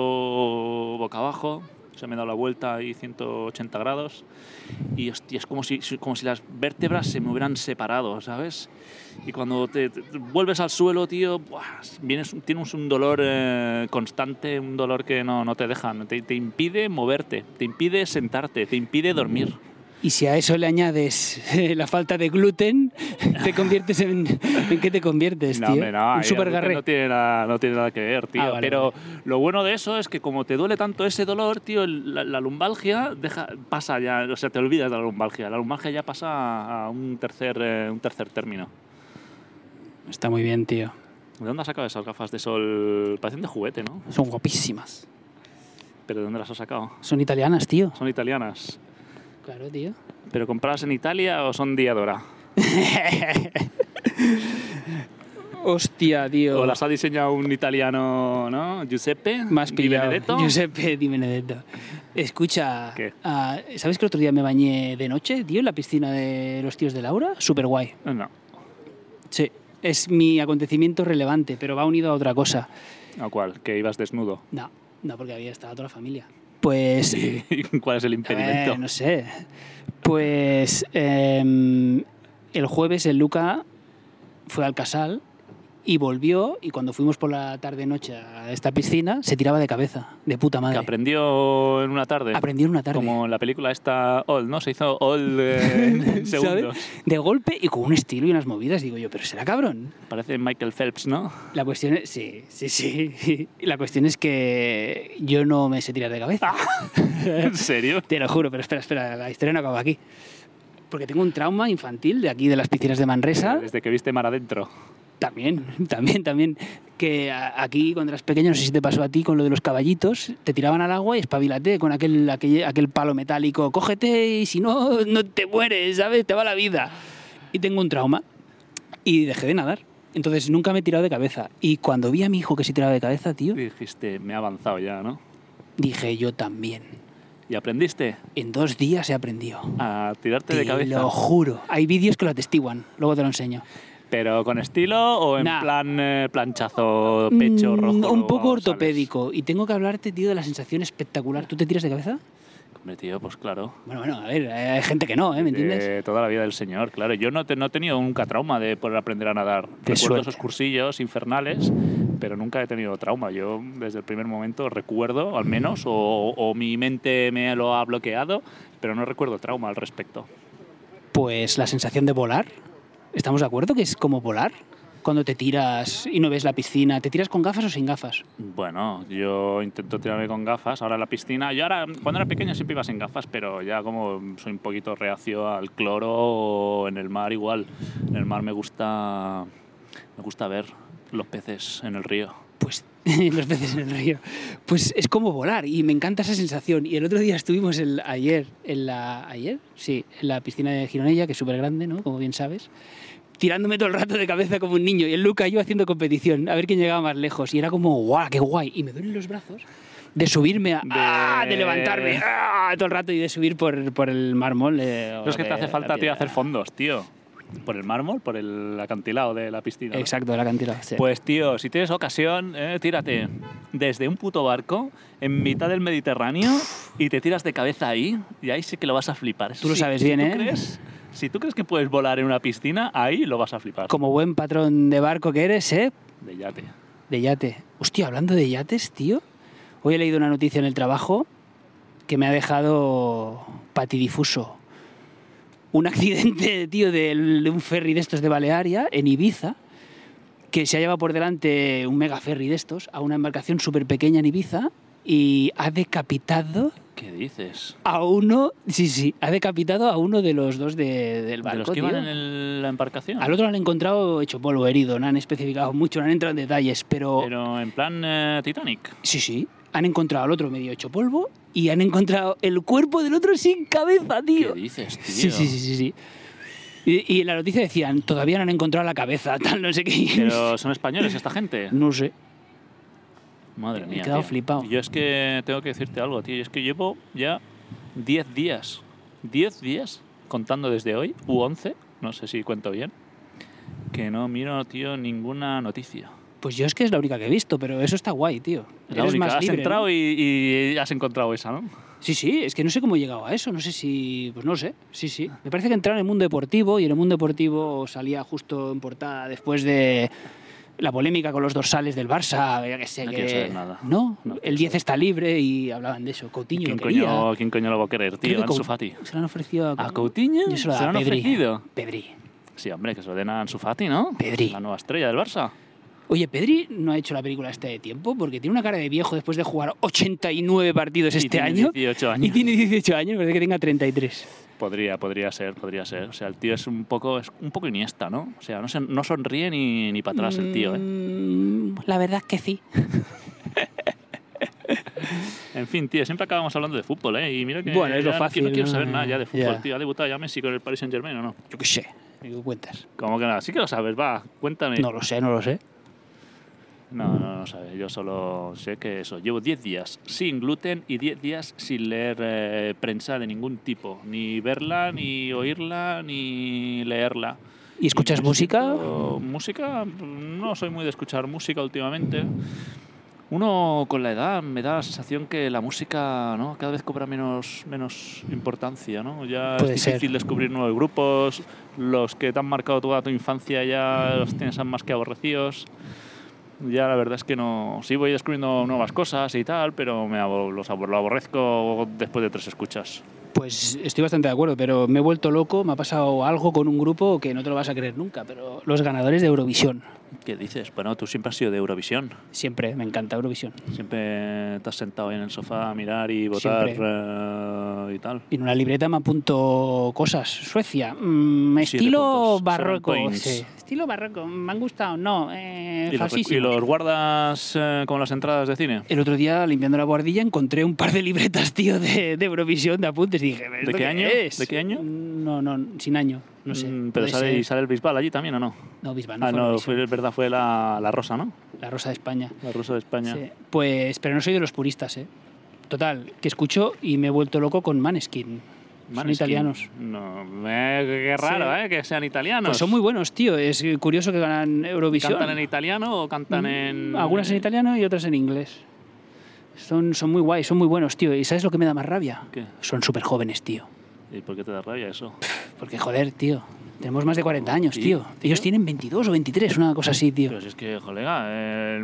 [SPEAKER 4] boca abajo. O sea, me he dado la vuelta ahí 180 grados y hostia, es como si, si- como si las vértebras se me hubieran separado, ¿sabes? Y cuando te, te- te vuelves al suelo, tío, buah, vienes, tienes un dolor eh, constante, un dolor que no, no te deja, no te, te impide moverte, te impide sentarte, te impide dormir.
[SPEAKER 2] Y si a eso le añades eh, la falta de gluten, te conviertes en... ¿En qué te conviertes,
[SPEAKER 4] No,
[SPEAKER 2] tío?
[SPEAKER 4] hombre, no,
[SPEAKER 2] Un
[SPEAKER 4] ahí
[SPEAKER 2] supergarre.
[SPEAKER 4] No tiene, nada, no tiene nada que ver, tío.
[SPEAKER 2] Ah, vale,
[SPEAKER 4] Pero lo bueno de eso es que como te duele tanto ese dolor, tío, el- la, la lumbalgia deja, pasa ya, o sea, te olvidas de la lumbalgia. La lumbalgia ya pasa a, a un, tercer, eh, un tercer término.
[SPEAKER 2] Está muy bien, tío.
[SPEAKER 4] ¿De dónde has sacado esas gafas de sol? Parecen de juguete, ¿no?
[SPEAKER 2] Son guapísimas.
[SPEAKER 4] ¿Pero de dónde las has sacado?
[SPEAKER 2] Son italianas, tío.
[SPEAKER 4] Son italianas.
[SPEAKER 2] Claro, tío.
[SPEAKER 4] ¿Pero compradas en Italia o son Diadora?
[SPEAKER 2] Hostia, tío.
[SPEAKER 4] ¿O las ha diseñado un italiano, no? Giuseppe?
[SPEAKER 2] Más
[SPEAKER 4] Di
[SPEAKER 2] pillado.
[SPEAKER 4] Benedetto?
[SPEAKER 2] Giuseppe Di Benedetto. Escucha,
[SPEAKER 4] ¿Qué?
[SPEAKER 2] ah, ¿sabes que el otro día me bañé de noche, tío, en la piscina de los tíos de Laura? Súper guay.
[SPEAKER 4] No,
[SPEAKER 2] Sí. Es mi acontecimiento relevante, pero va unido a otra cosa.
[SPEAKER 4] ¿a cuál? Que ibas desnudo.
[SPEAKER 2] No, no, porque había estado toda la familia. Pues...
[SPEAKER 4] ¿Y ¿Cuál es el impedimento?
[SPEAKER 2] Eh, no sé. Pues em, el jueves el Luca fue al casal y volvió y cuando fuimos por la tarde-noche a esta piscina se tiraba de cabeza, de puta
[SPEAKER 4] Que
[SPEAKER 2] madre.
[SPEAKER 4] aprendió en una tarde.
[SPEAKER 2] Aprendió en una tarde.
[SPEAKER 4] Como en la película esta All, ¿no? Se hizo All eh, en segundos.
[SPEAKER 2] ¿Sabes? De golpe y con un estilo y unas movidas. Digo yo, pero será cabrón.
[SPEAKER 4] Parece Michael Phelps, ¿no?
[SPEAKER 2] La cuestión es... Sí, sí, sí. La cuestión es que yo no me sé tirar de cabeza.
[SPEAKER 4] ¿En serio?
[SPEAKER 2] Te lo juro, pero espera, espera, la historia no acaba aquí. Porque tengo un trauma infantil de aquí, de las piscinas de Manresa.
[SPEAKER 4] Desde que viste Mar Adentro.
[SPEAKER 2] También, también, también. Que a- aquí, cuando eras pequeño, no sé si te pasó a ti con lo de los caballitos, te tiraban al agua y espabilate con aquel, aquel, aquel palo metálico. Cógete y si no, no te mueres, ¿sabes? Te va la vida. Y tengo un trauma. Y dejé de nadar. Entonces nunca me he tirado de cabeza. Y cuando vi a mi hijo que se tiraba de cabeza, tío,
[SPEAKER 4] Dijiste, me he avanzado ya, ¿no?
[SPEAKER 2] dije yo también.
[SPEAKER 4] Y aprendiste
[SPEAKER 2] En dos días he aprendido.
[SPEAKER 4] a tirarte
[SPEAKER 2] Te
[SPEAKER 4] de cabeza.
[SPEAKER 2] lo juro. Hay vídeos que lo atestiguan. Luego te lo enseño.
[SPEAKER 4] ¿Pero con estilo o en
[SPEAKER 2] Nah.
[SPEAKER 4] plan eh, planchazo, pecho
[SPEAKER 2] Mm,
[SPEAKER 4] rojo?
[SPEAKER 2] Un poco
[SPEAKER 4] González?
[SPEAKER 2] ortopédico. Y tengo que hablarte, tío, de la sensación espectacular. ¿Tú te tiras de cabeza?
[SPEAKER 4] Hombre, tío, pues claro.
[SPEAKER 2] Bueno, bueno, a ver, hay gente que no, ¿eh? ¿Me entiendes?
[SPEAKER 4] De toda la vida del señor, claro. Yo no, te- no he tenido nunca trauma de poder aprender a nadar. Recuerdo
[SPEAKER 2] suerte.
[SPEAKER 4] esos cursillos infernales, pero nunca he tenido trauma. Yo desde el primer momento recuerdo, al menos, o, o mi mente me lo ha bloqueado, pero no recuerdo trauma al respecto.
[SPEAKER 2] Pues la sensación de volar. ¿Estamos de acuerdo que es como volar? Cuando te tiras y no ves la piscina, ¿te tiras con gafas o sin gafas?
[SPEAKER 4] Bueno, yo intento tirarme con gafas. Ahora en la piscina. Yo ahora, cuando era pequeño, siempre iba sin gafas, pero ya como soy un poquito reacio al cloro o en el mar, igual. En el mar me gusta, me gusta ver los peces en el río.
[SPEAKER 2] Pues los peces en el río. Pues es como volar y me encanta esa sensación. Y el otro día estuvimos el, ayer en la ayer, sí, en la piscina de Gironella, que es súper grande, ¿no? Como bien sabes. Tirándome todo el rato de cabeza como un niño y el Luca y yo haciendo competición, a ver quién llegaba más lejos y era como guau, qué guay y me duelen los brazos de subirme a,
[SPEAKER 4] De-
[SPEAKER 2] ¡ah! de levantarme ¡ah! todo el rato y de subir por, por el mármol. eh, o
[SPEAKER 4] es que
[SPEAKER 2] de
[SPEAKER 4] te hace
[SPEAKER 2] la
[SPEAKER 4] falta, tío,
[SPEAKER 2] piedra.
[SPEAKER 4] hacer fondos, tío. Por el mármol, por el acantilado de la piscina. ¿no?
[SPEAKER 2] Exacto, la cantidad. sí.
[SPEAKER 4] Pues, tío, si tienes ocasión, eh, tírate desde un puto barco en mitad del Mediterráneo y te tiras de cabeza ahí y ahí sí que lo vas a flipar. Eso
[SPEAKER 2] Tú lo
[SPEAKER 4] sí,
[SPEAKER 2] sabes
[SPEAKER 4] si
[SPEAKER 2] bien,
[SPEAKER 4] tú
[SPEAKER 2] ¿eh?
[SPEAKER 4] Crees, si tú crees que puedes volar en una piscina, ahí lo vas a flipar.
[SPEAKER 2] como buen patrón de barco que eres, ¿eh?
[SPEAKER 4] De yate.
[SPEAKER 2] De yate. Hostia, hablando de yates, tío. Hoy he leído una noticia en el trabajo que me ha dejado patidifuso. Un accidente, tío, del- de un ferry de estos de Balearia, en Ibiza, que se ha llevado por delante un mega ferry de estos a una embarcación súper pequeña en Ibiza y ha decapitado
[SPEAKER 4] ¿Qué dices?
[SPEAKER 2] a uno, sí, sí, ha decapitado a uno de los dos de- del barco.
[SPEAKER 4] ¿De los que
[SPEAKER 2] tío.
[SPEAKER 4] iban en el- la embarcación?
[SPEAKER 2] Al otro lo han encontrado hecho polvo, herido, no han especificado mucho, no han entrado en detalles, pero,
[SPEAKER 4] Pero en plan eh, Titanic.
[SPEAKER 2] sí, sí, han encontrado al otro medio hecho polvo y han encontrado el cuerpo del otro sin cabeza, tío.
[SPEAKER 4] ¿Qué dices, tío?
[SPEAKER 2] Sí, sí, sí, sí, sí. Y, y en la noticia decían, todavía no han encontrado la cabeza, tal, no sé qué.
[SPEAKER 4] Pero son españoles esta gente.
[SPEAKER 2] No sé.
[SPEAKER 4] Madre
[SPEAKER 2] Me he
[SPEAKER 4] mía.
[SPEAKER 2] quedado
[SPEAKER 4] tío.
[SPEAKER 2] flipado.
[SPEAKER 4] Yo es que tengo que decirte algo, tío. Yo es que llevo ya 10 días. 10 días contando desde hoy, u 11, no sé si cuento bien, que no miro, tío, ninguna noticia.
[SPEAKER 2] Pues yo es que es la única que he visto, pero eso está guay, tío.
[SPEAKER 4] Es La
[SPEAKER 2] Eres
[SPEAKER 4] única.
[SPEAKER 2] más
[SPEAKER 4] has
[SPEAKER 2] libre,
[SPEAKER 4] entrado
[SPEAKER 2] ¿no?
[SPEAKER 4] y, y has encontrado esa, ¿no?
[SPEAKER 2] Sí, sí, es que no sé cómo he llegado a eso, no sé si... Pues no sé, sí, sí. Me parece que entraba en el mundo deportivo y en el mundo deportivo salía justo en portada después de la polémica con los dorsales del Barça, ya que sé
[SPEAKER 4] No
[SPEAKER 2] que...
[SPEAKER 4] quiero saber nada.
[SPEAKER 2] No,
[SPEAKER 4] No quiero
[SPEAKER 2] el 10 está libre y hablaban de eso. Coutinho
[SPEAKER 4] ¿Quién
[SPEAKER 2] lo quería.
[SPEAKER 4] coño, quién coño lo va a querer,
[SPEAKER 2] Creo
[SPEAKER 4] tío?
[SPEAKER 2] que
[SPEAKER 4] Ansu
[SPEAKER 2] Cou-
[SPEAKER 4] Fati.
[SPEAKER 2] Se lo han ofrecido a,
[SPEAKER 4] ¿A Coutinho?
[SPEAKER 2] Yo se lo
[SPEAKER 4] ¿Se lo han
[SPEAKER 2] Pedri.
[SPEAKER 4] ofrecido?
[SPEAKER 2] Pedri.
[SPEAKER 4] Sí, hombre, que se lo den a Ansu Fati, ¿no?
[SPEAKER 2] Pedri.
[SPEAKER 4] La nueva estrella del Barça.
[SPEAKER 2] Oye, Pedri no ha hecho la película este de tiempo porque tiene una cara de viejo después de jugar 89 partidos
[SPEAKER 4] Y
[SPEAKER 2] este
[SPEAKER 4] tiene
[SPEAKER 2] año.
[SPEAKER 4] 18
[SPEAKER 2] Y
[SPEAKER 4] años.
[SPEAKER 2] tiene 18 años, parece que tenga 33.
[SPEAKER 4] Podría, podría ser, podría ser. O sea, el tío es un poco, es un poco iniesta, ¿no? O sea, no, se- no sonríe ni, ni para atrás el tío, ¿eh?
[SPEAKER 2] Mm, La verdad es que sí.
[SPEAKER 4] En fin, tío, siempre acabamos hablando de fútbol, ¿eh? Y mira que
[SPEAKER 2] Bueno, es lo
[SPEAKER 4] ya
[SPEAKER 2] fácil,
[SPEAKER 4] No quiero
[SPEAKER 2] ¿no?
[SPEAKER 4] saber nada ya de fútbol,
[SPEAKER 2] Ya.
[SPEAKER 4] tío. ¿Ha debutado ya Messi con el Paris Saint-Germain o no?
[SPEAKER 2] Yo qué sé. ¿Qué cuentas?
[SPEAKER 4] Como que nada, sí que lo sabes, va, cuéntame.
[SPEAKER 2] No lo sé, no lo sé.
[SPEAKER 4] no, no, no sabes. Yo solo sé que eso. Llevo 10 días sin gluten y 10 días sin leer eh, prensa de ningún tipo. Ni verla, ni oírla, ni leerla.
[SPEAKER 2] ¿Y escuchas
[SPEAKER 4] Y
[SPEAKER 2] música?
[SPEAKER 4] necesito- Música, no soy muy de escuchar música últimamente. Uno con la edad me da la sensación que la música ¿no? cada vez cobra menos, menos importancia, ¿no? Ya
[SPEAKER 2] Puede
[SPEAKER 4] es
[SPEAKER 2] ser.
[SPEAKER 4] difícil descubrir nuevos grupos, los que te han marcado toda tu infancia ya los tienes más que aborrecidos. Ya la verdad es que no... Sí voy descubriendo nuevas cosas y tal, pero me abo- los abor- lo aborrezco después de tres escuchas.
[SPEAKER 2] Pues estoy bastante de acuerdo, pero me he vuelto loco, me ha pasado algo con un grupo que no te lo vas a creer nunca, pero los ganadores de Eurovisión.
[SPEAKER 4] ¿Qué dices? Bueno, tú siempre has sido de Eurovisión.
[SPEAKER 2] Siempre, me encanta Eurovisión.
[SPEAKER 4] Siempre te has sentado ahí en el sofá a mirar y votar
[SPEAKER 2] Siempre.
[SPEAKER 4] eh, y tal.
[SPEAKER 2] Y en una libreta me apunto cosas. Suecia, mm,
[SPEAKER 4] Siete
[SPEAKER 2] estilo
[SPEAKER 4] puntos,
[SPEAKER 2] barroco.
[SPEAKER 4] seven points.
[SPEAKER 2] sí. Estilo barroco, me han gustado, no, eh,
[SPEAKER 4] ¿Y los,
[SPEAKER 2] falsísimo.
[SPEAKER 4] y los guardas eh, como las entradas de cine?
[SPEAKER 2] El otro día, limpiando la guardilla, encontré un par de libretas, tío, de, de Eurovisión, de apuntes. Y dije, ¿esto
[SPEAKER 4] qué año?
[SPEAKER 2] es?
[SPEAKER 4] ¿De qué año?
[SPEAKER 2] No, no, sin año, no sé.
[SPEAKER 4] Mm, Pero
[SPEAKER 2] Puede
[SPEAKER 4] sale,
[SPEAKER 2] ser.
[SPEAKER 4] y sale el Bisbal allí también, ¿o no?
[SPEAKER 2] No, Bisbal, no
[SPEAKER 4] Ah,
[SPEAKER 2] fue
[SPEAKER 4] no,
[SPEAKER 2] Eurovisión,
[SPEAKER 4] fue, es verdad, fue la, la rosa, ¿no?
[SPEAKER 2] La Rosa de España.
[SPEAKER 4] La rosa de España.
[SPEAKER 2] Sí. Pues, pero no soy de los puristas, ¿eh? Total, que escucho y me he vuelto loco con Maneskin. Son
[SPEAKER 4] Maneskin.
[SPEAKER 2] italianos.
[SPEAKER 4] No, eh, qué raro, ¿eh? Que sean italianos.
[SPEAKER 2] Pues son muy buenos, tío. Es curioso que ganan Eurovisión.
[SPEAKER 4] ¿Cantan en italiano o cantan en...?
[SPEAKER 2] Mm, Algunas en italiano y otras en inglés. Son, son muy guays, son muy buenos, tío. ¿Y sabes lo que me da más rabia?
[SPEAKER 4] ¿Qué?
[SPEAKER 2] Son súper jóvenes, tío.
[SPEAKER 4] ¿Y por qué te da rabia eso?
[SPEAKER 2] Porque, joder, tío. Tenemos más de 40 años,
[SPEAKER 4] Sí, Pues
[SPEAKER 2] tío. Ellos
[SPEAKER 4] tío.
[SPEAKER 2] tienen 22 o 23, una cosa así, tío.
[SPEAKER 4] Pero si es que, colega, eh,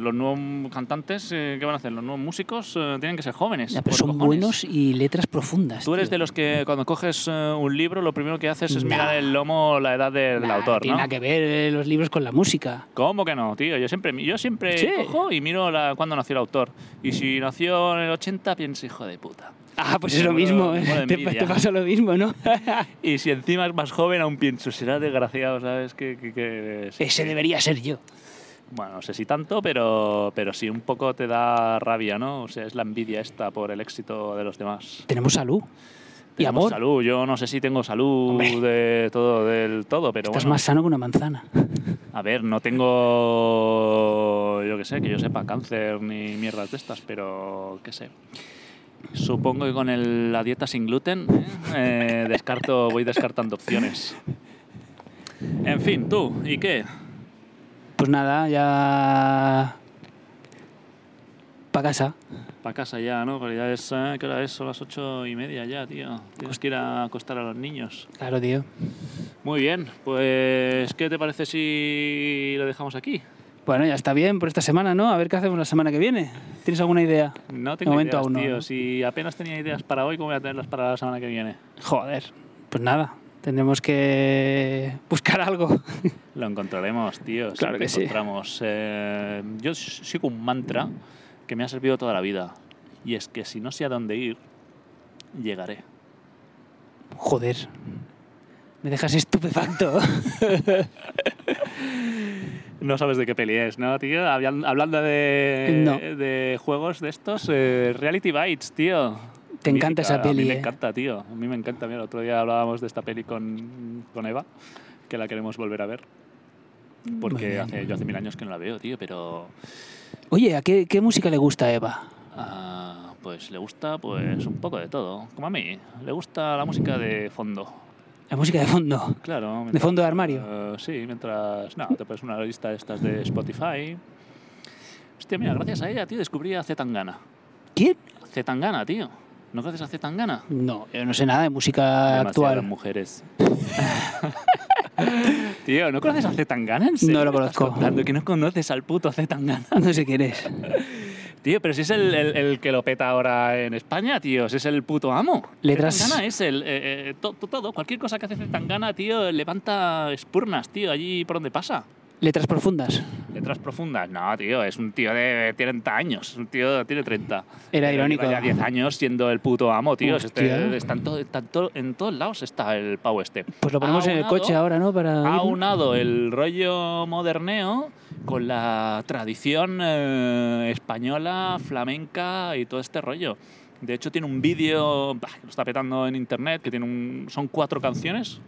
[SPEAKER 4] los nuevos cantantes, eh, ¿qué van a hacer? Los nuevos músicos eh, tienen que ser jóvenes.
[SPEAKER 2] Ya, pero
[SPEAKER 4] por
[SPEAKER 2] son
[SPEAKER 4] cojones.
[SPEAKER 2] buenos y letras profundas.
[SPEAKER 4] Tú eres
[SPEAKER 2] tío.
[SPEAKER 4] de los que cuando coges eh, un libro lo primero que haces es
[SPEAKER 2] Nah.
[SPEAKER 4] mirar el lomo la edad del
[SPEAKER 2] Nah,
[SPEAKER 4] autor,
[SPEAKER 2] Tiene
[SPEAKER 4] ¿no?
[SPEAKER 2] nada que ver eh, los libros con la música.
[SPEAKER 4] ¿Cómo que no, tío? Yo siempre, yo siempre
[SPEAKER 2] Sí.
[SPEAKER 4] cojo y miro la, cuándo nació el autor. Y si nació en el 80, pienso, hijo de puta.
[SPEAKER 2] Ah, pues
[SPEAKER 4] Me
[SPEAKER 2] es lo
[SPEAKER 4] muero-
[SPEAKER 2] mismo.
[SPEAKER 4] me
[SPEAKER 2] eh.
[SPEAKER 4] muero de
[SPEAKER 2] Te,
[SPEAKER 4] envidia.
[SPEAKER 2] te pasa lo mismo, ¿no?
[SPEAKER 4] Y si encima es más joven, aún pienso, será desgraciado, ¿sabes? Que, que- que- sí.
[SPEAKER 2] Ese debería ser yo.
[SPEAKER 4] Bueno, no sé si tanto, pero, pero sí, un poco te da rabia, ¿no? O sea, es la envidia esta por el éxito de los demás.
[SPEAKER 2] Tenemos salud. Y
[SPEAKER 4] Tenemos
[SPEAKER 2] amor.
[SPEAKER 4] Salud. Yo no sé si tengo salud
[SPEAKER 2] Hombre.
[SPEAKER 4] de todo, del todo, pero
[SPEAKER 2] Estás
[SPEAKER 4] bueno.
[SPEAKER 2] más sano que una manzana.
[SPEAKER 4] A ver, no tengo, yo qué sé, que yo sepa, cáncer ni mierdas de estas, pero qué sé. Supongo que con el- la dieta sin gluten ¿eh? Eh, descarto, voy descartando opciones. En fin, tú, ¿y qué?
[SPEAKER 2] Pues nada, ya. Pa' casa.
[SPEAKER 4] Para casa ya, ¿no? Porque ya es, eh, ¿qué hora es? Son las ocho y media ya, tío. Tienes que ir a acostar a los niños.
[SPEAKER 2] Claro, tío.
[SPEAKER 4] Muy bien, pues, ¿qué te parece si lo dejamos aquí?
[SPEAKER 2] Bueno, ya está bien por esta semana, ¿no? A ver qué hacemos la semana que viene. ¿Tienes alguna idea?
[SPEAKER 4] No
[SPEAKER 2] De
[SPEAKER 4] tengo
[SPEAKER 2] momento
[SPEAKER 4] ideas,
[SPEAKER 2] aún no,
[SPEAKER 4] tío.
[SPEAKER 2] ¿no?
[SPEAKER 4] Si apenas tenía ideas para hoy, ¿cómo voy a tenerlas para la semana que viene?
[SPEAKER 2] Joder. Pues nada, tendremos que buscar algo.
[SPEAKER 4] Lo encontraremos, tío.
[SPEAKER 2] Claro que
[SPEAKER 4] siempre
[SPEAKER 2] sí.
[SPEAKER 4] encontramos. Eh, yo s- sigo un mantra que me ha servido toda la vida. Y es que si no sé a dónde ir, llegaré.
[SPEAKER 2] Joder. Me dejas estupefacto.
[SPEAKER 4] No sabes de qué peli es, ¿no, tío? Hablan- Hablando de,
[SPEAKER 2] No.
[SPEAKER 4] de juegos de estos, eh, Reality Bites, tío.
[SPEAKER 2] Te encanta esa
[SPEAKER 4] A
[SPEAKER 2] peli,
[SPEAKER 4] mí me
[SPEAKER 2] eh.
[SPEAKER 4] encanta, tío. A mí me encanta. Mira, el otro día hablábamos de esta peli con, con Eva, que la queremos volver a ver. Porque
[SPEAKER 2] bien.
[SPEAKER 4] hace, yo hace mil años que no la veo, tío, pero
[SPEAKER 2] Oye, ¿a qué, qué música le gusta a Eva?
[SPEAKER 4] Ah, pues le gusta pues un poco de todo, como a mí. Le gusta la música de fondo.
[SPEAKER 2] La música de fondo.
[SPEAKER 4] Claro.
[SPEAKER 2] ¿De
[SPEAKER 4] mientras-
[SPEAKER 2] fondo de armario?
[SPEAKER 4] Eh, sí, mientras... No, te pones una lista de estas de Spotify. Hostia, mira, gracias a ella, tío, descubrí a Zetangana.
[SPEAKER 2] ¿Quién?
[SPEAKER 4] Zetangana, tío. ¿No gracias a Zetangana?
[SPEAKER 2] No, yo no sé nada de música
[SPEAKER 4] Demasiadas
[SPEAKER 2] actual.
[SPEAKER 4] mujeres. tío, ¿no conoces a Zetangana? ¿En serio
[SPEAKER 2] No lo
[SPEAKER 4] me estás
[SPEAKER 2] conozco.
[SPEAKER 4] contando que no conoces al puto Zetangana.
[SPEAKER 2] No sé quién es.
[SPEAKER 4] Tío, pero si es el, el- el que lo peta ahora en España, tío, si es el puto amo.
[SPEAKER 2] Letras-
[SPEAKER 4] Tangana es el. eh, eh, to- to- todo, cualquier cosa que hace Tangana, tío, levanta espurnas, tío, allí por donde pasa.
[SPEAKER 2] Letras profundas.
[SPEAKER 4] Letras profundas. No, tío, es un tío de 30 años. Un tío tiene 30.
[SPEAKER 2] Era
[SPEAKER 4] Pero
[SPEAKER 2] irónico.
[SPEAKER 4] lleva Ya 10 años siendo el puto amo, tío.
[SPEAKER 2] Hostia.
[SPEAKER 4] Este- está en, todo- está en todo- en todos lados está el pavo este.
[SPEAKER 2] Pues lo ponemos en el
[SPEAKER 4] Aunado-
[SPEAKER 2] coche ahora, ¿no? Para
[SPEAKER 4] ha
[SPEAKER 2] oírlo.
[SPEAKER 4] unado el rollo moderneo con la tradición eh, española, flamenca y todo este rollo. De hecho, tiene un vídeo, bah, que lo está petando en internet, que tiene un, son cuatro canciones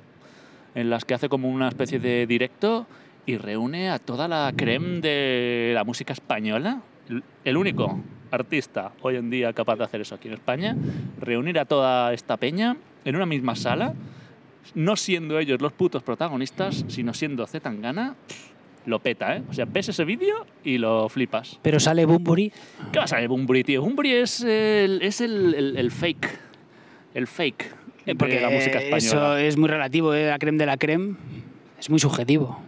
[SPEAKER 4] en las que hace como una especie de directo y reúne a toda la creme de la música española. El- El único artista hoy en día capaz de hacer eso aquí en España, reunir a toda esta peña en una misma sala no siendo ellos los putos protagonistas, sino siendo Z Tangana, lo peta, ¿eh? O sea, ves ese vídeo y lo flipas.
[SPEAKER 2] Pero sale Bumburi.
[SPEAKER 4] ¿Qué vas a ver Bumburi, tío? Bumburi es el, es el, el- el fake. El fake.
[SPEAKER 2] Eh,
[SPEAKER 4] de la música
[SPEAKER 2] eh, eso
[SPEAKER 4] española.
[SPEAKER 2] es muy relativo, ¿eh? la creme de la creme es muy subjetivo,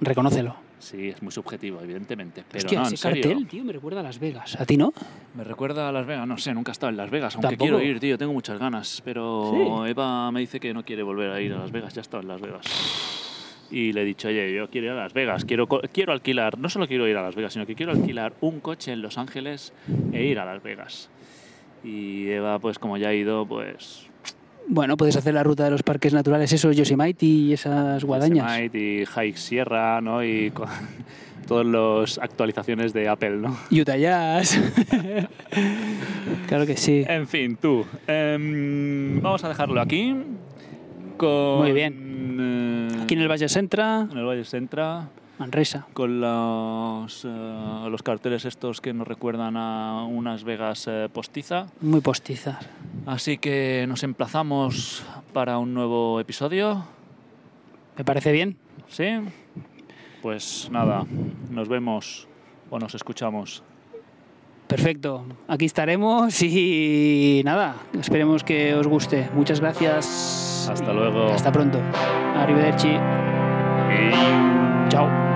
[SPEAKER 2] reconócelo.
[SPEAKER 4] Sí, es muy subjetivo, evidentemente. Pero
[SPEAKER 2] Hostia,
[SPEAKER 4] no, en
[SPEAKER 2] ese
[SPEAKER 4] serio.
[SPEAKER 2] cartel, tío, me recuerda a Las Vegas. ¿A ti no?
[SPEAKER 4] Me recuerda a Las Vegas, no sé, nunca he estado en Las Vegas, aunque
[SPEAKER 2] Tampoco.
[SPEAKER 4] quiero ir, tío, tengo muchas ganas. Pero Eva me dice que no quiere volver a ir a Las Vegas, ya he estado en Las Vegas. Y le he dicho, oye, yo quiero ir a Las Vegas, quiero, co- quiero alquilar, no solo quiero ir a Las Vegas, sino que quiero alquilar un coche en Los Ángeles e ir a Las Vegas. Y Eva, pues como ya ha ido, pues...
[SPEAKER 2] Bueno, puedes hacer la ruta de los parques naturales, esos Yosemite y esas guadañas.
[SPEAKER 4] Yosemite Y Hike Sierra, ¿no? Y con todas las actualizaciones de Apple, ¿no?
[SPEAKER 2] Utah Jazz. claro que sí.
[SPEAKER 4] En fin, tú. em, vamos a dejarlo aquí. Con,
[SPEAKER 2] Muy bien.
[SPEAKER 4] eh,
[SPEAKER 2] Aquí en el Valle Centra,
[SPEAKER 4] en el Valle Centra.
[SPEAKER 2] Manresa.
[SPEAKER 4] Con los, eh, los carteles estos que nos recuerdan a unas Vegas eh, postiza.
[SPEAKER 2] Muy postiza.
[SPEAKER 4] Así que nos emplazamos para un nuevo episodio.
[SPEAKER 2] ¿Me parece bien?
[SPEAKER 4] ¿Sí? Pues nada, nos vemos o nos escuchamos.
[SPEAKER 2] Perfecto. Aquí estaremos y nada, esperemos que os guste. Muchas gracias.
[SPEAKER 4] Hasta luego.
[SPEAKER 2] Hasta pronto. Arrivederci.
[SPEAKER 4] Y-
[SPEAKER 2] Chao.